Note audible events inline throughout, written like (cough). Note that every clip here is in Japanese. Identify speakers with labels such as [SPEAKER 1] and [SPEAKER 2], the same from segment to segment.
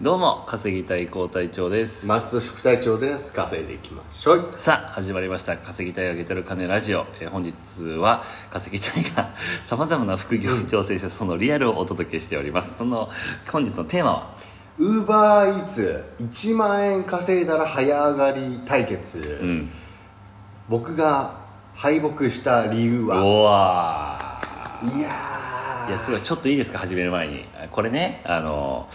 [SPEAKER 1] どうも稼ぎたい高隊長です、
[SPEAKER 2] 松戸副隊長です稼いでいきましょう
[SPEAKER 1] さあ始まりました「稼ぎたいあげてる金ラジオ」えー本日は稼ぎたいが (laughs) さまざまな副業に挑戦したそのリアルをお届けしておりますその本日のテーマは
[SPEAKER 2] ウーバーイーツ1万円稼いだら早上がり対決、
[SPEAKER 1] うん
[SPEAKER 2] 僕が敗北した理由
[SPEAKER 1] う
[SPEAKER 2] は
[SPEAKER 1] わ
[SPEAKER 2] い
[SPEAKER 1] ー
[SPEAKER 2] やー
[SPEAKER 1] いやすごいちょっといいですか始める前にあこれねあの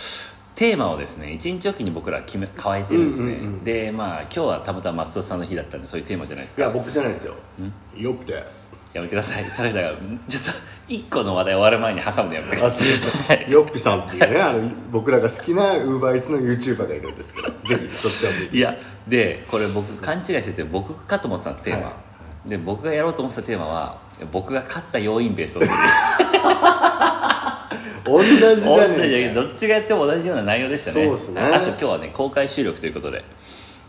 [SPEAKER 1] テーマをですね1日おきに僕ら決め変えてるんですね、
[SPEAKER 2] うんうんうん
[SPEAKER 1] でまあ今日はたまたま松戸さんの日だったんでそういうテーマじゃないです
[SPEAKER 2] い
[SPEAKER 1] か
[SPEAKER 2] や僕じゃないですよよっです
[SPEAKER 1] やめてくださいそれだからちょっと1個の話題終わる前に挟むのやめてくだ
[SPEAKER 2] あ
[SPEAKER 1] さ
[SPEAKER 2] すいませんよっぴさんっていうねあの僕らが好きなウーバーイーツの YouTuber がいるんですけどぜひそっちを見
[SPEAKER 1] い
[SPEAKER 2] て
[SPEAKER 1] いやでこれ僕勘違いしてて僕かと思ってたんですテーマ、
[SPEAKER 2] は
[SPEAKER 1] で僕がやろうと思ってたテーマは僕が勝った要因ベースをする
[SPEAKER 2] (laughs) 同じじゃね
[SPEAKER 1] 同じだ
[SPEAKER 2] え
[SPEAKER 1] けど
[SPEAKER 2] か
[SPEAKER 1] どっちがやっても同じような内容でしたね
[SPEAKER 2] そうっすね
[SPEAKER 1] あと今日はね公開収録ということで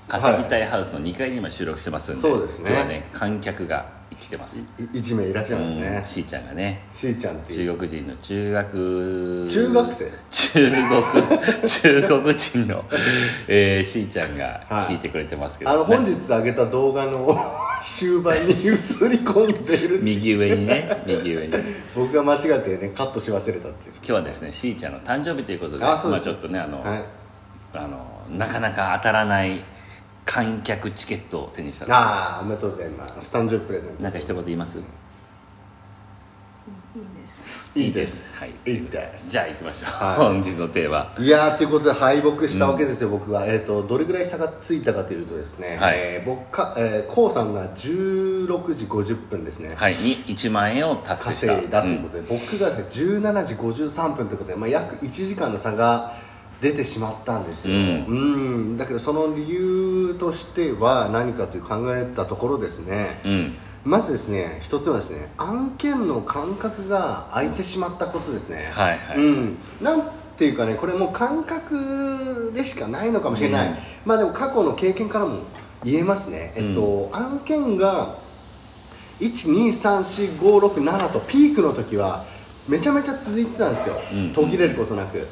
[SPEAKER 1] 稼ぎたいハウスの2階に今収録してますんで、
[SPEAKER 2] そうですね
[SPEAKER 1] 今日はね観客が来てます
[SPEAKER 2] い一名いらっしゃいます
[SPEAKER 1] うん
[SPEAKER 2] ね
[SPEAKER 1] しーちゃんがね
[SPEAKER 2] しーちゃんっていう
[SPEAKER 1] 中国人の中学
[SPEAKER 2] 中学生
[SPEAKER 1] 中国 (laughs) 中国人の、えー、しーちゃんが聞いてくれてますけど、
[SPEAKER 2] あの本
[SPEAKER 1] ね
[SPEAKER 2] 日上げた動画の (laughs) 終盤に映り込んでいる
[SPEAKER 1] 右上にね右上に今
[SPEAKER 2] 僕が間違ってねカットし忘れたっていう
[SPEAKER 1] 日はですねしーちゃんの誕生日ということで
[SPEAKER 2] あそう
[SPEAKER 1] ま
[SPEAKER 2] で
[SPEAKER 1] あ、
[SPEAKER 2] す
[SPEAKER 1] ちょっとねあの、
[SPEAKER 2] はい
[SPEAKER 1] あのなかなか当たらない観客チケットを手にしたな
[SPEAKER 2] ああおめでとうございます誕生日プレゼント
[SPEAKER 1] んか一言言います
[SPEAKER 3] いいです。
[SPEAKER 1] いいですはい
[SPEAKER 2] いいです
[SPEAKER 1] じゃあ行きましょう、
[SPEAKER 2] はい
[SPEAKER 1] 本日のテーマ
[SPEAKER 2] いやーということで敗北したわけですよ、僕は、えー、とどれぐらい差がついたかというとですね、
[SPEAKER 1] はい
[SPEAKER 2] えー僕か、えー、こうさんが16時50分ですね、
[SPEAKER 1] はいに1万円を達成した
[SPEAKER 2] 稼いだということで、僕が、ね、17時53分ということで、まあ、約1時間の差が出てしまったんですよ、
[SPEAKER 1] う
[SPEAKER 2] うんん、だけどその理由としては何かという考えたところですね、
[SPEAKER 1] うん、うん
[SPEAKER 2] まずですね一つはですね案件の間隔が空いてしまったことですね、
[SPEAKER 1] はいはい、
[SPEAKER 2] うん、なんていうかねこれもう感覚でしかないのかもしれない、
[SPEAKER 1] うん
[SPEAKER 2] まあでも過去の経験からも言えますね、えっと、案件が123456とピークの時はめちゃめちゃ続いてたんですよ、
[SPEAKER 1] うん
[SPEAKER 2] 途切れることなく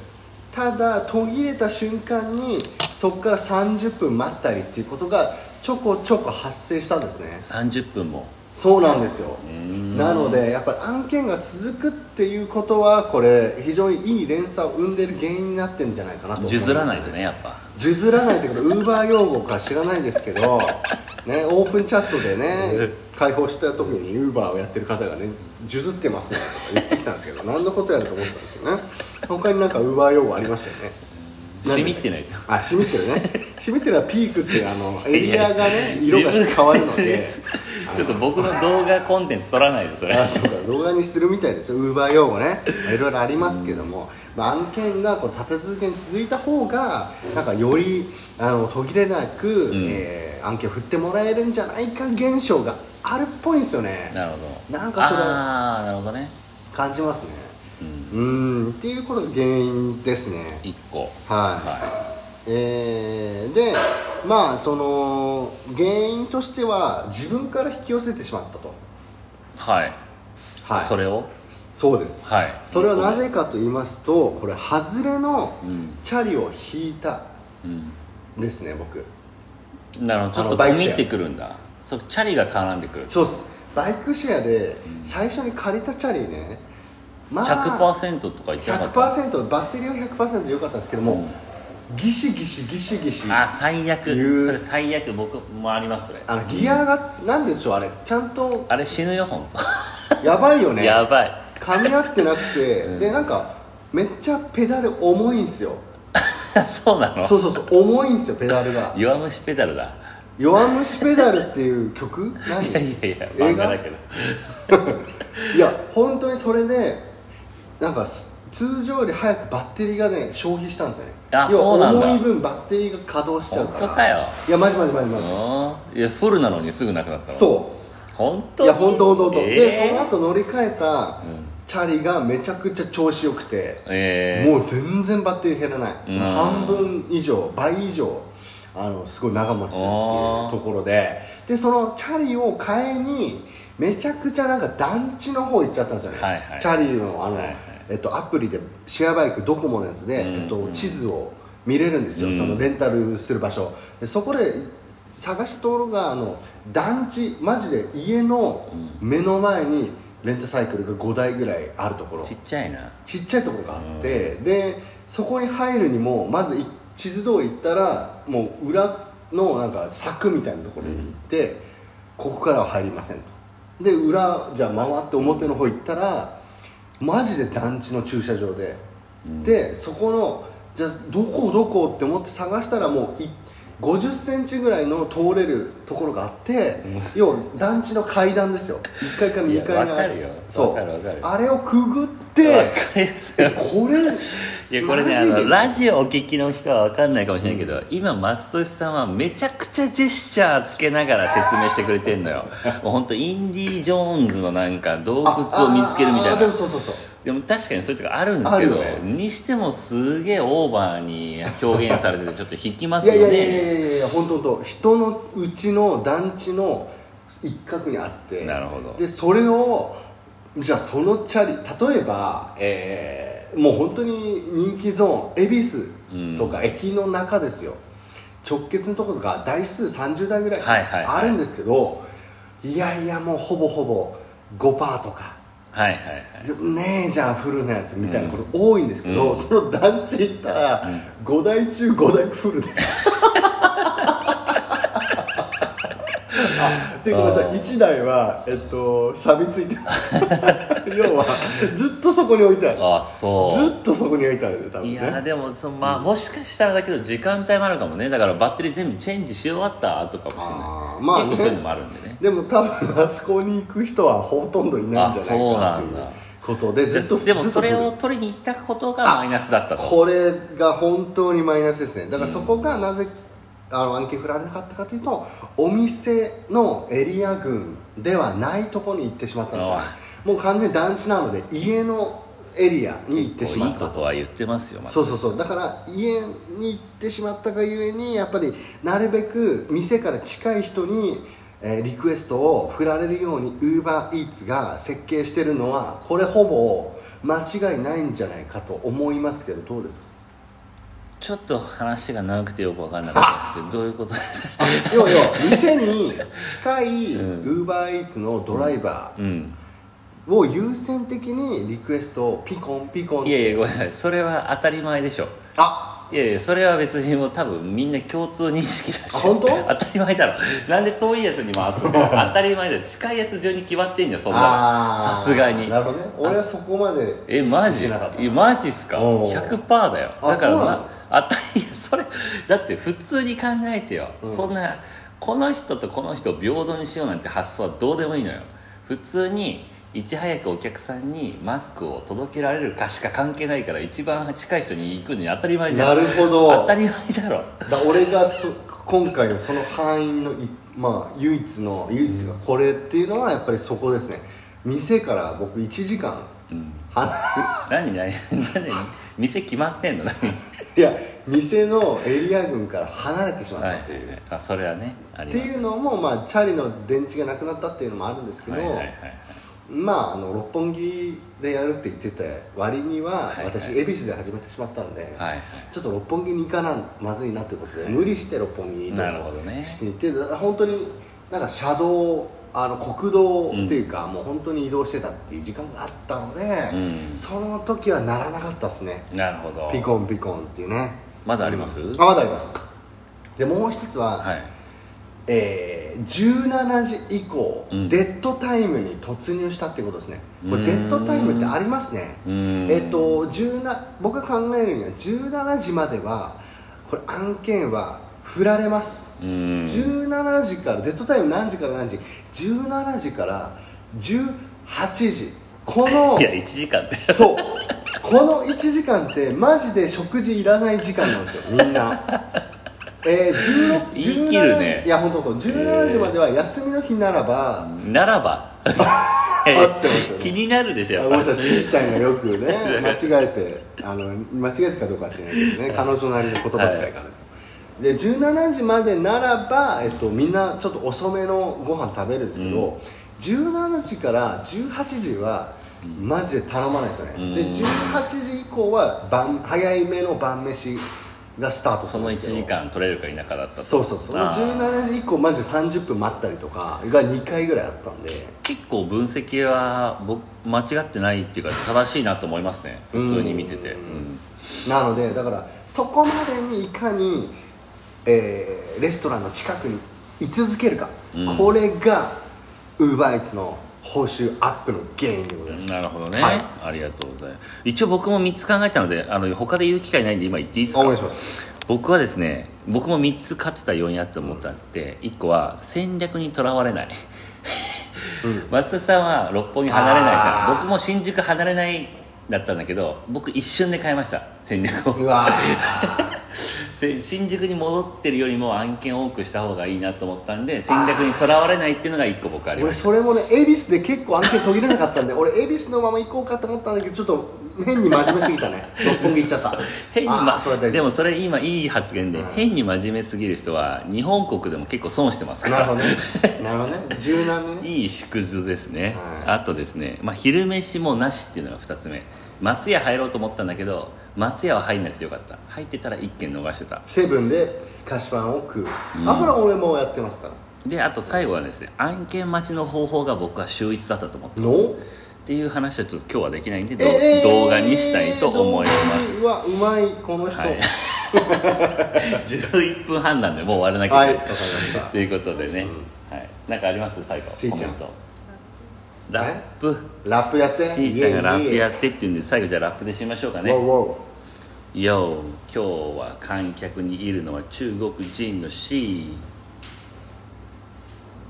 [SPEAKER 2] ただ途切れた瞬間にそこから30分待ったりっていうことがちょこちょこ発生したんですね
[SPEAKER 1] 30分も
[SPEAKER 2] そうなんですよ、
[SPEAKER 1] うん
[SPEAKER 2] なのでやっぱり案件が続くっていうことはこれ非常にいい連鎖を生んでる原因になってるんじゃないかなと思います
[SPEAKER 1] 譲らないとねやっぱ
[SPEAKER 2] 譲らないってことウーバー用語か知らないです
[SPEAKER 1] (laughs)
[SPEAKER 2] けどねオープンチャットでね開放した時にウーバーをやってる方がね譲ってますねとか言ってきたんですけど何のことやると思ったんですよね他になんかウーバー用語ありましたよね
[SPEAKER 1] しみってない
[SPEAKER 2] あしみってるねしみってるはピークっていうあのエリアがね色が変わるので
[SPEAKER 1] 自分ちょっと僕の動画コンテンツ撮らないでそれ
[SPEAKER 2] あそうか動画にするみたいですよウーバー用語ねまあいろいろありますけども、まあ、案件がこれ立て続けに続いた方がなんかよりあの途切れなく、
[SPEAKER 1] ん
[SPEAKER 2] えー案件を振ってもらえるんじゃないか現象があるっぽいんですよね
[SPEAKER 1] なるほど
[SPEAKER 2] なんかそれ
[SPEAKER 1] ああなるほどね
[SPEAKER 2] 感じますね
[SPEAKER 1] うん
[SPEAKER 2] うーんっていうことが原因ですね
[SPEAKER 1] 1個
[SPEAKER 2] はい、
[SPEAKER 1] は
[SPEAKER 2] えーでまあその原因としては自分から引き寄せてしまったと
[SPEAKER 1] いはい、
[SPEAKER 2] はい
[SPEAKER 1] それを
[SPEAKER 2] そうです、
[SPEAKER 1] はい
[SPEAKER 2] それはなぜかと言いますとこれ外れの
[SPEAKER 1] うん、
[SPEAKER 2] チャリを引いた
[SPEAKER 1] うん、
[SPEAKER 2] んですね僕
[SPEAKER 1] なるほどちょっ
[SPEAKER 2] あ
[SPEAKER 1] と
[SPEAKER 2] のバイ
[SPEAKER 1] 込
[SPEAKER 2] クシ
[SPEAKER 1] み
[SPEAKER 2] ェア
[SPEAKER 1] ってくるんだそうチャリが絡んでくる
[SPEAKER 2] そうっすバイクシェアで
[SPEAKER 1] うん
[SPEAKER 2] 最初に借りたチャリねまあ
[SPEAKER 1] 100%とか言ってなかった
[SPEAKER 2] 100%バッテリーは100%で良かったんですけども、ギシギシギシギシ
[SPEAKER 1] あ最
[SPEAKER 2] 言
[SPEAKER 1] 悪
[SPEAKER 2] う
[SPEAKER 1] それ最悪僕もありますそれ
[SPEAKER 2] あのギアがなんでしょうあれちゃんと
[SPEAKER 1] あれ死ぬよ本
[SPEAKER 2] やばいよ
[SPEAKER 1] 当、
[SPEAKER 2] ね
[SPEAKER 1] やばい (laughs)
[SPEAKER 2] 噛み合ってなくて、
[SPEAKER 1] うん
[SPEAKER 2] でなんかめっちゃペダル重いんすよ
[SPEAKER 1] そうなの
[SPEAKER 2] そうそうそう重いんすよペダルが
[SPEAKER 1] 弱虫ペダルだ
[SPEAKER 2] 「弱虫ペダル」っていう曲何
[SPEAKER 1] いやいやいや
[SPEAKER 2] 映
[SPEAKER 1] 漫
[SPEAKER 2] 画
[SPEAKER 1] 画だけど
[SPEAKER 2] いや本当にそれでなんかす通常より早くバッテリーがね消費したんですよね
[SPEAKER 1] あ
[SPEAKER 2] 要は
[SPEAKER 1] そうなんだ
[SPEAKER 2] 重い分バッテリーが稼働しちゃうから
[SPEAKER 1] 本当かよ
[SPEAKER 2] いやマジマジマジマジ、
[SPEAKER 1] うんいやフルなのにすぐなくなったの
[SPEAKER 2] そ
[SPEAKER 1] 本
[SPEAKER 2] う
[SPEAKER 1] 当
[SPEAKER 2] い
[SPEAKER 1] に
[SPEAKER 2] や本当本当本当、
[SPEAKER 1] え
[SPEAKER 2] で
[SPEAKER 1] ー
[SPEAKER 2] その後乗り換えた
[SPEAKER 1] うん
[SPEAKER 2] チャリがめちゃくちゃ調子よくて、
[SPEAKER 1] えー、
[SPEAKER 2] もう全然バッテリー減らない、
[SPEAKER 1] うん
[SPEAKER 2] 半分以上倍以上あのすごい長持ちするっていう
[SPEAKER 1] あー
[SPEAKER 2] ところででそのチャリを買いにめちゃくちゃなんか団地の方行っちゃったんですよね、
[SPEAKER 1] はいはい
[SPEAKER 2] チャリのあの、
[SPEAKER 1] はいはい
[SPEAKER 2] えっと、アプリでシェアバイクドコモのやつで、
[SPEAKER 1] うん
[SPEAKER 2] えっ
[SPEAKER 1] う
[SPEAKER 2] と、
[SPEAKER 1] ん
[SPEAKER 2] 地図を見れるんですよ、
[SPEAKER 1] うん
[SPEAKER 2] そのレンタルする場所でそこで探したところがあの団地マジで家の目の前にレンタサイクルが5台ぐらいあるところ
[SPEAKER 1] ちっちゃいな
[SPEAKER 2] ちっちゃいところがあって、でそこに入るにもまずい地図通り行ったらもう裏のなんか柵みたいなところに行って、ここからは入りませんとで裏じゃあ回って表の方行ったらマジで団地の駐車場で、
[SPEAKER 1] うん
[SPEAKER 2] でそこのじゃあどこどこって思って探したらもうい50センチぐらいの通れるところがあって、
[SPEAKER 1] うん
[SPEAKER 2] 要は団地の階段ですよ1階から
[SPEAKER 1] いや
[SPEAKER 2] 2階に
[SPEAKER 1] わかるよ
[SPEAKER 2] そ
[SPEAKER 1] わかるわか
[SPEAKER 2] う
[SPEAKER 1] る
[SPEAKER 2] あれをくぐっ
[SPEAKER 1] わ
[SPEAKER 2] て
[SPEAKER 1] かりやすい
[SPEAKER 2] えこれ
[SPEAKER 1] いやこれねあ
[SPEAKER 2] マジで
[SPEAKER 1] のラジオお聞きの人は分かんないかもしれないけど、今松俊さんはめちゃくちゃジェスチャーつけながら説明してくれてんの
[SPEAKER 2] (laughs)
[SPEAKER 1] よもう本当インディ・ージョーンズのなんか洞窟を見つけるみたい
[SPEAKER 2] ああ
[SPEAKER 1] な
[SPEAKER 2] でもそうそうそう
[SPEAKER 1] でも確かにそういうとこあるんですけど、
[SPEAKER 2] あるよね
[SPEAKER 1] にしてもすげえオーバーに表現されててちょっと引きま
[SPEAKER 2] い
[SPEAKER 1] すよ
[SPEAKER 2] や
[SPEAKER 1] ね
[SPEAKER 2] いやいやいやいやいや本当本当人のうちの団地の一角にあって
[SPEAKER 1] なるほど
[SPEAKER 2] でそれをじゃあそのチャリ例えば、えーもう本当に人気ゾーン恵比寿とか駅の中ですよ、直結のとことか台数30台ぐらい
[SPEAKER 1] はいはいはい
[SPEAKER 2] あるんですけど、いやいやもうほぼほぼ5%とか
[SPEAKER 1] はいはいはい
[SPEAKER 2] ねえじゃんフルなやつみたいなこと多いんですけど、
[SPEAKER 1] うん
[SPEAKER 2] その団地行ったら5台中5台フ
[SPEAKER 1] (laughs)
[SPEAKER 2] ルであでごめんなさ
[SPEAKER 1] あー
[SPEAKER 2] い1台はえっと錆びついてる (laughs) 要はずっとそこに置いてある
[SPEAKER 1] あそう
[SPEAKER 2] ずっとそこに置いてあるね多分
[SPEAKER 1] い
[SPEAKER 2] ね
[SPEAKER 1] やでもそのまあもしかしたらだけど時間帯もあるかもねだからバッテリー全部チェンジし終わった後かもしれない
[SPEAKER 2] あーまあね
[SPEAKER 1] 結構そういうのもあるんでね
[SPEAKER 2] でも多分あそこに行く人はほとんどいないんじゃな
[SPEAKER 1] あ
[SPEAKER 2] いかと
[SPEAKER 1] そう
[SPEAKER 2] い
[SPEAKER 1] なんだ
[SPEAKER 2] うことで
[SPEAKER 1] で
[SPEAKER 2] ずっと
[SPEAKER 1] でも
[SPEAKER 2] ずっと
[SPEAKER 1] それ
[SPEAKER 2] フル
[SPEAKER 1] を取りに行ったことがマイナスだったと
[SPEAKER 2] これが本当にマイナスですねだからそこがなぜ、あの案件振られなかったかというとお店のエリア群ではないところに行ってしまったんですよね
[SPEAKER 1] あ
[SPEAKER 2] もう完全に団地なので家のエリアに行ってしま
[SPEAKER 1] いい
[SPEAKER 2] った
[SPEAKER 1] ことは言ってますよまた
[SPEAKER 2] そうそうそうだから家に行ってしまったがゆえにやっぱりなるべく店から近い人に、えーリクエストを振られるように UberEats が設計してるのはこれほぼ間違いないんじゃないかと思いますけどどうですか
[SPEAKER 1] ちょっと話が長くてよく分かんなかったですけどどういうことですか
[SPEAKER 2] 要は要は店に近い
[SPEAKER 1] う
[SPEAKER 2] UberEats のドライバ (laughs)
[SPEAKER 1] うん
[SPEAKER 2] ーを優先的にリクエストをピコンピコン
[SPEAKER 1] いやいやごめんなさいそれは当たり前でしょ
[SPEAKER 2] あ
[SPEAKER 1] いやいやそれは別にもう多分みんな共通認識だし
[SPEAKER 2] あ本当
[SPEAKER 1] (laughs) 当たり前だろなんで遠いやつに回す
[SPEAKER 2] (laughs)
[SPEAKER 1] の当たり前だよ近いやつ順に決まってんじゃんそんなの
[SPEAKER 2] あー
[SPEAKER 1] さすがに
[SPEAKER 2] なるほどね俺はそこまで
[SPEAKER 1] えマジ
[SPEAKER 2] しなかった
[SPEAKER 1] えマジっすか
[SPEAKER 2] おう
[SPEAKER 1] 100%だよ
[SPEAKER 2] あ
[SPEAKER 1] だから、
[SPEAKER 2] そうな
[SPEAKER 1] まあ、当たり前 (laughs) それだって普通に考えてよ、
[SPEAKER 2] うん
[SPEAKER 1] そんなこの人とこの人を平等にしようなんて発想はどうでもいいのよ普通にいち早くお客さんにマックを届けられるかしか関係ないから一番近い人に行くのに当たり前じゃ
[SPEAKER 2] なんるほど
[SPEAKER 1] 当たり前だろ
[SPEAKER 2] だ俺がそ今回のその範囲のい、まあ、唯一の唯一がこれっていうのはやっぱりそこですね店から僕1時間
[SPEAKER 1] うん
[SPEAKER 2] 離
[SPEAKER 1] 何何何 (laughs) 店決まってんの何
[SPEAKER 2] いや店のエリア群から離れてしまっ
[SPEAKER 1] はいはい
[SPEAKER 2] た
[SPEAKER 1] は
[SPEAKER 2] という、
[SPEAKER 1] いあそれはねあ
[SPEAKER 2] っ
[SPEAKER 1] り
[SPEAKER 2] て
[SPEAKER 1] ます
[SPEAKER 2] いうのも、まあ、チャリの電池がなくなったっていうのもあるんですけど、
[SPEAKER 1] はいはいはいはい
[SPEAKER 2] まああの六本木でやるって言ってて割には
[SPEAKER 1] はいはい
[SPEAKER 2] 私恵比寿で始めてしまったので、
[SPEAKER 1] はい
[SPEAKER 2] ちょっと六本木に行かなまずいなということで、
[SPEAKER 1] はい
[SPEAKER 2] 無理して六本木に行
[SPEAKER 1] なるほどね
[SPEAKER 2] していて本当になんか車道あの国道っていうか、もう本当に移動してたっていう時間があったので、
[SPEAKER 1] うん
[SPEAKER 2] その時はならなかったですね
[SPEAKER 1] なるほど
[SPEAKER 2] ピコンピコンっていうね
[SPEAKER 1] まだあります
[SPEAKER 2] うんあまだありますでもう一つは、
[SPEAKER 1] はい
[SPEAKER 2] えー17時以降、
[SPEAKER 1] うん
[SPEAKER 2] デッドタイムに突入したってことですねこ
[SPEAKER 1] うー
[SPEAKER 2] れ
[SPEAKER 1] ん
[SPEAKER 2] デッドタイムってありますねえ
[SPEAKER 1] え
[SPEAKER 2] っと17僕が考えるには17時まではこれ案件は振られます、
[SPEAKER 1] うん
[SPEAKER 2] 17時からデッドタイム何時から何時17時から18時この
[SPEAKER 1] いや1時間って (laughs)
[SPEAKER 2] (laughs) そうこの1時間ってマジで食事いらない時間なんですよみんな
[SPEAKER 1] (laughs)
[SPEAKER 2] えー、16
[SPEAKER 1] 言い切るね
[SPEAKER 2] 17いや本当本当17時までは休みの日ならば、
[SPEAKER 1] なら
[SPEAKER 2] (laughs)
[SPEAKER 1] ばえ
[SPEAKER 2] 合ってますよね
[SPEAKER 1] 気になるでしょ
[SPEAKER 2] あ
[SPEAKER 1] や
[SPEAKER 2] ご
[SPEAKER 1] っ
[SPEAKER 2] めん
[SPEAKER 1] ぱ
[SPEAKER 2] なさいしーちゃんがよく
[SPEAKER 1] (laughs)
[SPEAKER 2] ね間違えてあの間違えてたどうかは知らないけどね彼女なりの言葉遣いがあるんですけど、で17時までならば、えっと、みんなちょっと遅めのご飯食べるんですけど、17時から18時はマジで頼まないですよね、
[SPEAKER 1] うん
[SPEAKER 2] で18時以降は晩早いめの晩飯がスタートす
[SPEAKER 1] そ
[SPEAKER 2] るん
[SPEAKER 1] の
[SPEAKER 2] で
[SPEAKER 1] 1
[SPEAKER 2] すけ
[SPEAKER 1] 時
[SPEAKER 2] ど
[SPEAKER 1] 間取れるか否かだったと
[SPEAKER 2] そうそうそう
[SPEAKER 1] あー
[SPEAKER 2] 17時以降マジで30分待ったりとかが2回ぐらいあったんで
[SPEAKER 1] 結構分析は僕間違ってないっていうか正しいなと思いますね普通に見ててう
[SPEAKER 2] う
[SPEAKER 1] んん、
[SPEAKER 2] なのでだからそこまでにいかに、えーレストランの近くに居続けるか、
[SPEAKER 1] うん
[SPEAKER 2] これがウーバーイーツの報酬アップの原因でございます
[SPEAKER 1] なるほどね、
[SPEAKER 2] はい
[SPEAKER 1] ありがとうございます一応僕も3つ考えたのであの他で言う機会ないんで今言っていいです
[SPEAKER 2] あ
[SPEAKER 1] か
[SPEAKER 2] お願いします
[SPEAKER 1] 僕はですね僕も3つ勝てた要因あって思ったって1個は戦略にとらわれない
[SPEAKER 2] うん
[SPEAKER 1] 松田さんは六本木離れないじゃ
[SPEAKER 2] あー
[SPEAKER 1] ん僕も新宿離れないだったんだけど僕一瞬で変えました戦略
[SPEAKER 2] (laughs)
[SPEAKER 1] を
[SPEAKER 2] うわ
[SPEAKER 1] せ新宿に戻ってるよりも案件多くした方がいいなと思ったんで戦略にとらわれないっていうのが1個僕あ
[SPEAKER 2] ー
[SPEAKER 1] りま
[SPEAKER 2] 俺
[SPEAKER 1] した
[SPEAKER 2] それもね恵比寿で結構案件途切れなかったんで俺恵比寿のまま行こうかと思ったんだけどちょっと変に真面目すぎた
[SPEAKER 1] (laughs)
[SPEAKER 2] ね六本木行っちゃさ
[SPEAKER 1] 変に、ま
[SPEAKER 2] あーそれは大
[SPEAKER 1] で
[SPEAKER 2] 丈
[SPEAKER 1] もそれ今いい発言で、
[SPEAKER 2] うん
[SPEAKER 1] 変に真面目すぎる人は日本国でも結構損してます
[SPEAKER 2] 夫
[SPEAKER 1] か
[SPEAKER 2] なる
[SPEAKER 1] (laughs)
[SPEAKER 2] ほ
[SPEAKER 1] ら
[SPEAKER 2] どねなるほどね柔軟にね
[SPEAKER 1] いい縮図ですね、
[SPEAKER 2] はい
[SPEAKER 1] あとですね、まあ、昼飯もなしっていうのが2つ目松屋入ろうと思ったんだけど松屋は入んなくてよかった入ってたら1軒逃してた
[SPEAKER 2] セブンで菓子パンを食う、
[SPEAKER 1] うん
[SPEAKER 2] あこれは俺もやってますから
[SPEAKER 1] であと最後はですね案件待ちの方法が僕は秀逸だったと思ってます
[SPEAKER 2] の
[SPEAKER 1] っていう話はちょっと今日はできないんで、どう
[SPEAKER 2] えー
[SPEAKER 1] 動画にしたいと思いま
[SPEAKER 2] 動
[SPEAKER 1] す、
[SPEAKER 2] 画にうわうまいこの人
[SPEAKER 1] は
[SPEAKER 2] はい
[SPEAKER 1] い、11分半なんでもう終わらなき
[SPEAKER 2] わ、
[SPEAKER 1] ゃいけ
[SPEAKER 2] か
[SPEAKER 1] な
[SPEAKER 2] り
[SPEAKER 1] い、
[SPEAKER 2] ました
[SPEAKER 1] ということでね、はい、なんかあります最後
[SPEAKER 2] スイ
[SPEAKER 1] コ
[SPEAKER 2] ち
[SPEAKER 1] メ
[SPEAKER 2] ゃん
[SPEAKER 1] ントラップ
[SPEAKER 2] ラップやって
[SPEAKER 1] しーちゃんがラップや
[SPEAKER 2] っ
[SPEAKER 1] ってっていうんで最後じゃあラップでしましょうか
[SPEAKER 2] て
[SPEAKER 1] ね
[SPEAKER 2] ね
[SPEAKER 1] よう今日は観客にいるのは中国人の C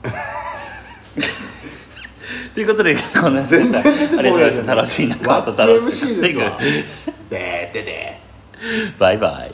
[SPEAKER 2] (laughs)
[SPEAKER 1] ということでこんな
[SPEAKER 2] 全然出て
[SPEAKER 1] あ
[SPEAKER 2] こ
[SPEAKER 1] りがとうござ
[SPEAKER 2] ない
[SPEAKER 1] いま
[SPEAKER 2] じ
[SPEAKER 1] (laughs)
[SPEAKER 2] ゃ
[SPEAKER 1] した楽し
[SPEAKER 2] ん
[SPEAKER 1] いな
[SPEAKER 2] ラップ
[SPEAKER 1] 楽し
[SPEAKER 2] MC ですわでーでで
[SPEAKER 1] (laughs)
[SPEAKER 2] ー
[SPEAKER 1] バイバイ